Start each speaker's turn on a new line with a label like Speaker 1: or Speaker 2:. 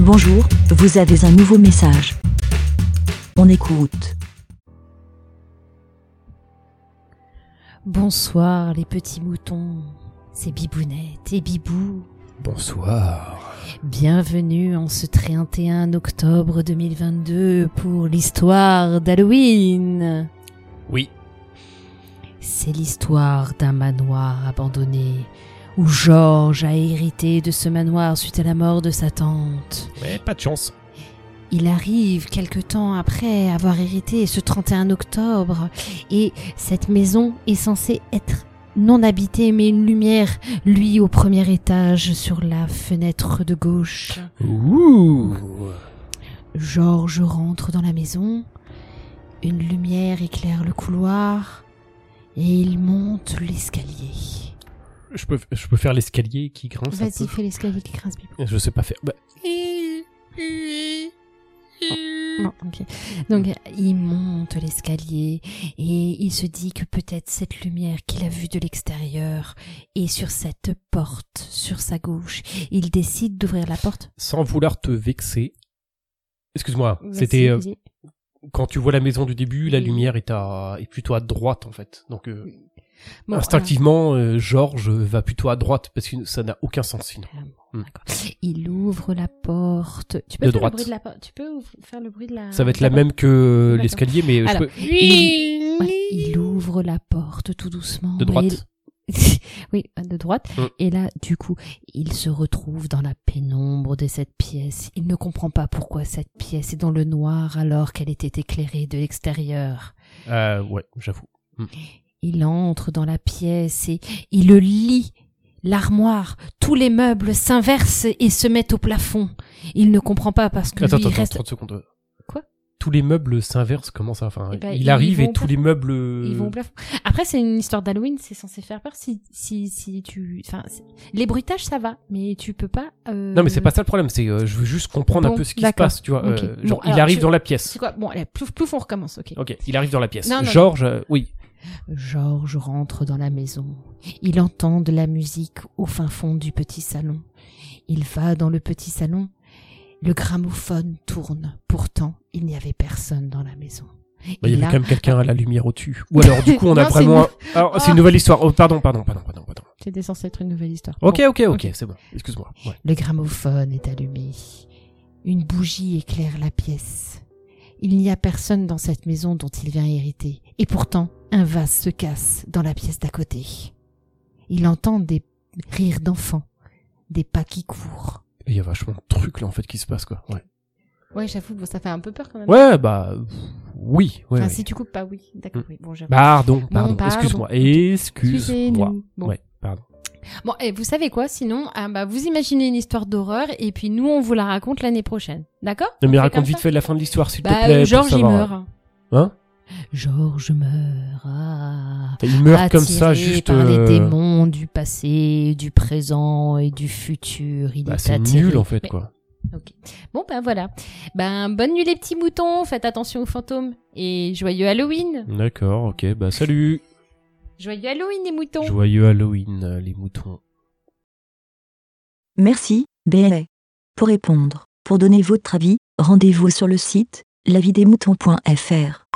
Speaker 1: Bonjour, vous avez un nouveau message. On écoute.
Speaker 2: Bonsoir les petits moutons, c'est Bibounette et Bibou.
Speaker 3: Bonsoir.
Speaker 2: Bienvenue en ce 31 octobre 2022 pour l'histoire d'Halloween.
Speaker 3: Oui.
Speaker 2: C'est l'histoire d'un manoir abandonné où Georges a hérité de ce manoir suite à la mort de sa tante.
Speaker 3: Mais pas de chance.
Speaker 2: Il arrive quelque temps après avoir hérité ce 31 octobre et cette maison est censée être non habitée mais une lumière, lui au premier étage sur la fenêtre de gauche.
Speaker 3: Ouh.
Speaker 2: Georges rentre dans la maison, une lumière éclaire le couloir et il monte l'escalier.
Speaker 3: Je peux, je peux faire l'escalier qui grince un
Speaker 2: Vas-y,
Speaker 3: peu.
Speaker 2: fais l'escalier qui grince, Bibou.
Speaker 3: Je sais pas faire. Bah,
Speaker 2: Non, ok. Donc il monte l'escalier et il se dit que peut-être cette lumière qu'il a vue de l'extérieur est sur cette porte, sur sa gauche. Il décide d'ouvrir la porte.
Speaker 3: sans vouloir te vexer. Excuse-moi.
Speaker 2: Vas-y,
Speaker 3: C'était euh,
Speaker 2: vas-y.
Speaker 3: quand tu vois la maison du début, la
Speaker 2: Mhm.
Speaker 3: lumière est à est plutôt à droite en fait. Donc euh,
Speaker 2: Bon,
Speaker 3: instinctivement, euh, Georges va plutôt à droite parce que ça n'a aucun sens sinon.
Speaker 2: voilà.
Speaker 3: Hmm.
Speaker 2: D'accord. Il ouvre la porte. Tu peux
Speaker 3: De
Speaker 2: faire
Speaker 3: droite.
Speaker 2: le bruit de la porte. Tu peux ouvre- faire le bruit de la.
Speaker 3: Ça va être
Speaker 2: de la
Speaker 3: la
Speaker 2: porte
Speaker 3: même que
Speaker 2: Ah, D'accord.
Speaker 3: l'escalier, mais je
Speaker 2: Alors,
Speaker 3: peux...
Speaker 2: Il, voilà, il ouvre la porte tout doucement.
Speaker 3: de
Speaker 2: et
Speaker 3: droite.
Speaker 2: il- oui, de droite.
Speaker 3: Mm.
Speaker 2: Et là, du coup, il se retrouve dans la pénombre de cette pièce. Il ne comprend pas pourquoi cette pièce est dans le noir alors qu'elle était éclairée de l'extérieur.
Speaker 3: Euh, ouais, j'avoue.
Speaker 2: Il entre dans la pièce et il le lit. L'armoire, tous les meubles s'inversent et se mettent au plafond. Il ne comprend pas parce que
Speaker 3: Attends,
Speaker 2: lui
Speaker 3: attends, attends,
Speaker 2: reste.
Speaker 3: 30 secondes.
Speaker 2: Quoi
Speaker 3: Tous les meubles s'inversent, comment ça enfin,
Speaker 2: Eh ben,
Speaker 3: Il
Speaker 2: ils
Speaker 3: arrive
Speaker 2: vont
Speaker 3: et
Speaker 2: au
Speaker 3: tous les meubles...
Speaker 2: Ils
Speaker 3: Hmm.
Speaker 2: vont au plafond. Après, c'est une histoire d'Halloween, c'est censé faire peur si, si, si tu. Enfin, c'est- les bruitages, ça va, mais tu peux pas. euh,
Speaker 3: Non mais c'est pas ça le problème, c'est euh, je veux juste comprendre
Speaker 2: Bon,
Speaker 3: un peu ce qui se
Speaker 2: d'accord.
Speaker 3: passe, tu vois.
Speaker 2: Ok.
Speaker 3: euh,
Speaker 2: Bon,
Speaker 3: genre, il
Speaker 2: alors,
Speaker 3: arrive
Speaker 2: je-
Speaker 3: dans la
Speaker 2: C'est
Speaker 3: pièce.
Speaker 2: quoi Bon, allez, plouf, plouf, on recommence, ok.
Speaker 3: Ok, il arrive dans la pièce.
Speaker 2: Non, non, non.
Speaker 3: Georges, euh, oui.
Speaker 2: Georges rentre dans la maison. Il entend de la musique au fin fond du petit salon. Il va dans le petit salon. Le gramophone tourne. Pourtant, il n'y avait personne dans la maison.
Speaker 3: Bah, il
Speaker 2: Et
Speaker 3: y avait
Speaker 2: là-
Speaker 3: quand même quelqu'un à la lumière au-dessus. Ou alors du coup on a
Speaker 2: Non, c'est
Speaker 3: vraiment...
Speaker 2: une-
Speaker 3: un- Alors, c'est une nouvelle histoire. Oh, pardon, pardon, pardon, pardon, pardon.
Speaker 2: C'était censé être une nouvelle histoire.
Speaker 3: Ok,
Speaker 2: Bon.
Speaker 3: ok, ok, c'est bon. Excuse-moi. Ouais.
Speaker 2: Le gramophone est allumé. Une bougie éclaire la pièce. Il n'y a personne dans cette maison dont il vient hériter. Et pourtant, un vase se casse dans la pièce d'à côté. Il entend des rires d'enfants, des pas qui courent.
Speaker 3: Il y a vachement de trucs là en fait qui se passe quoi. Ouais,
Speaker 2: Ouais, j'avoue, bon, ça fait un peu peur quand même.
Speaker 3: ouais bah... pff, Oui, ouais, Mm. Bah,
Speaker 2: Enfin,
Speaker 3: oui.
Speaker 2: si tu coupes pas, oui. D'accord, oui, bon, j'avoue.
Speaker 3: Pardon, pardon,
Speaker 2: pardon.
Speaker 3: excuse-moi. Excuse-moi.
Speaker 2: Excusez-nous. Bon.
Speaker 3: Ouais, pardon.
Speaker 2: Bon, et vous savez quoi Sinon, ah, bah, vous imaginez une histoire d'horreur et puis nous, on vous la raconte l'année prochaine. D'accord
Speaker 3: Non mais
Speaker 2: C'est
Speaker 3: raconte
Speaker 2: comme
Speaker 3: vite
Speaker 2: ça
Speaker 3: fait la fin de l'histoire s'il te
Speaker 2: Bah,
Speaker 3: plaît.
Speaker 2: euh,
Speaker 3: pour
Speaker 2: Georges, il
Speaker 3: savoir.
Speaker 2: meurt.
Speaker 3: Hein
Speaker 2: Georges meurt. Ah.
Speaker 3: Il meurt comme
Speaker 2: Attiré
Speaker 3: ça juste...
Speaker 2: par les
Speaker 3: euh,
Speaker 2: démons du passé, du présent et du futur. Il
Speaker 3: bah,
Speaker 2: est
Speaker 3: c'est
Speaker 2: attiré.
Speaker 3: nul en fait
Speaker 2: Mais-
Speaker 3: quoi.
Speaker 2: ok. Bon ben voilà. Ben bonne nuit les petits moutons. Faites attention aux fantômes et joyeux Halloween.
Speaker 3: D'accord, ok, bah salut
Speaker 2: Joyeux Halloween les moutons.
Speaker 3: Joyeux Halloween, euh, les moutons.
Speaker 1: Merci, BLA. Pour répondre, pour donner votre avis, rendez-vous sur le site lavidesmoutons.fr.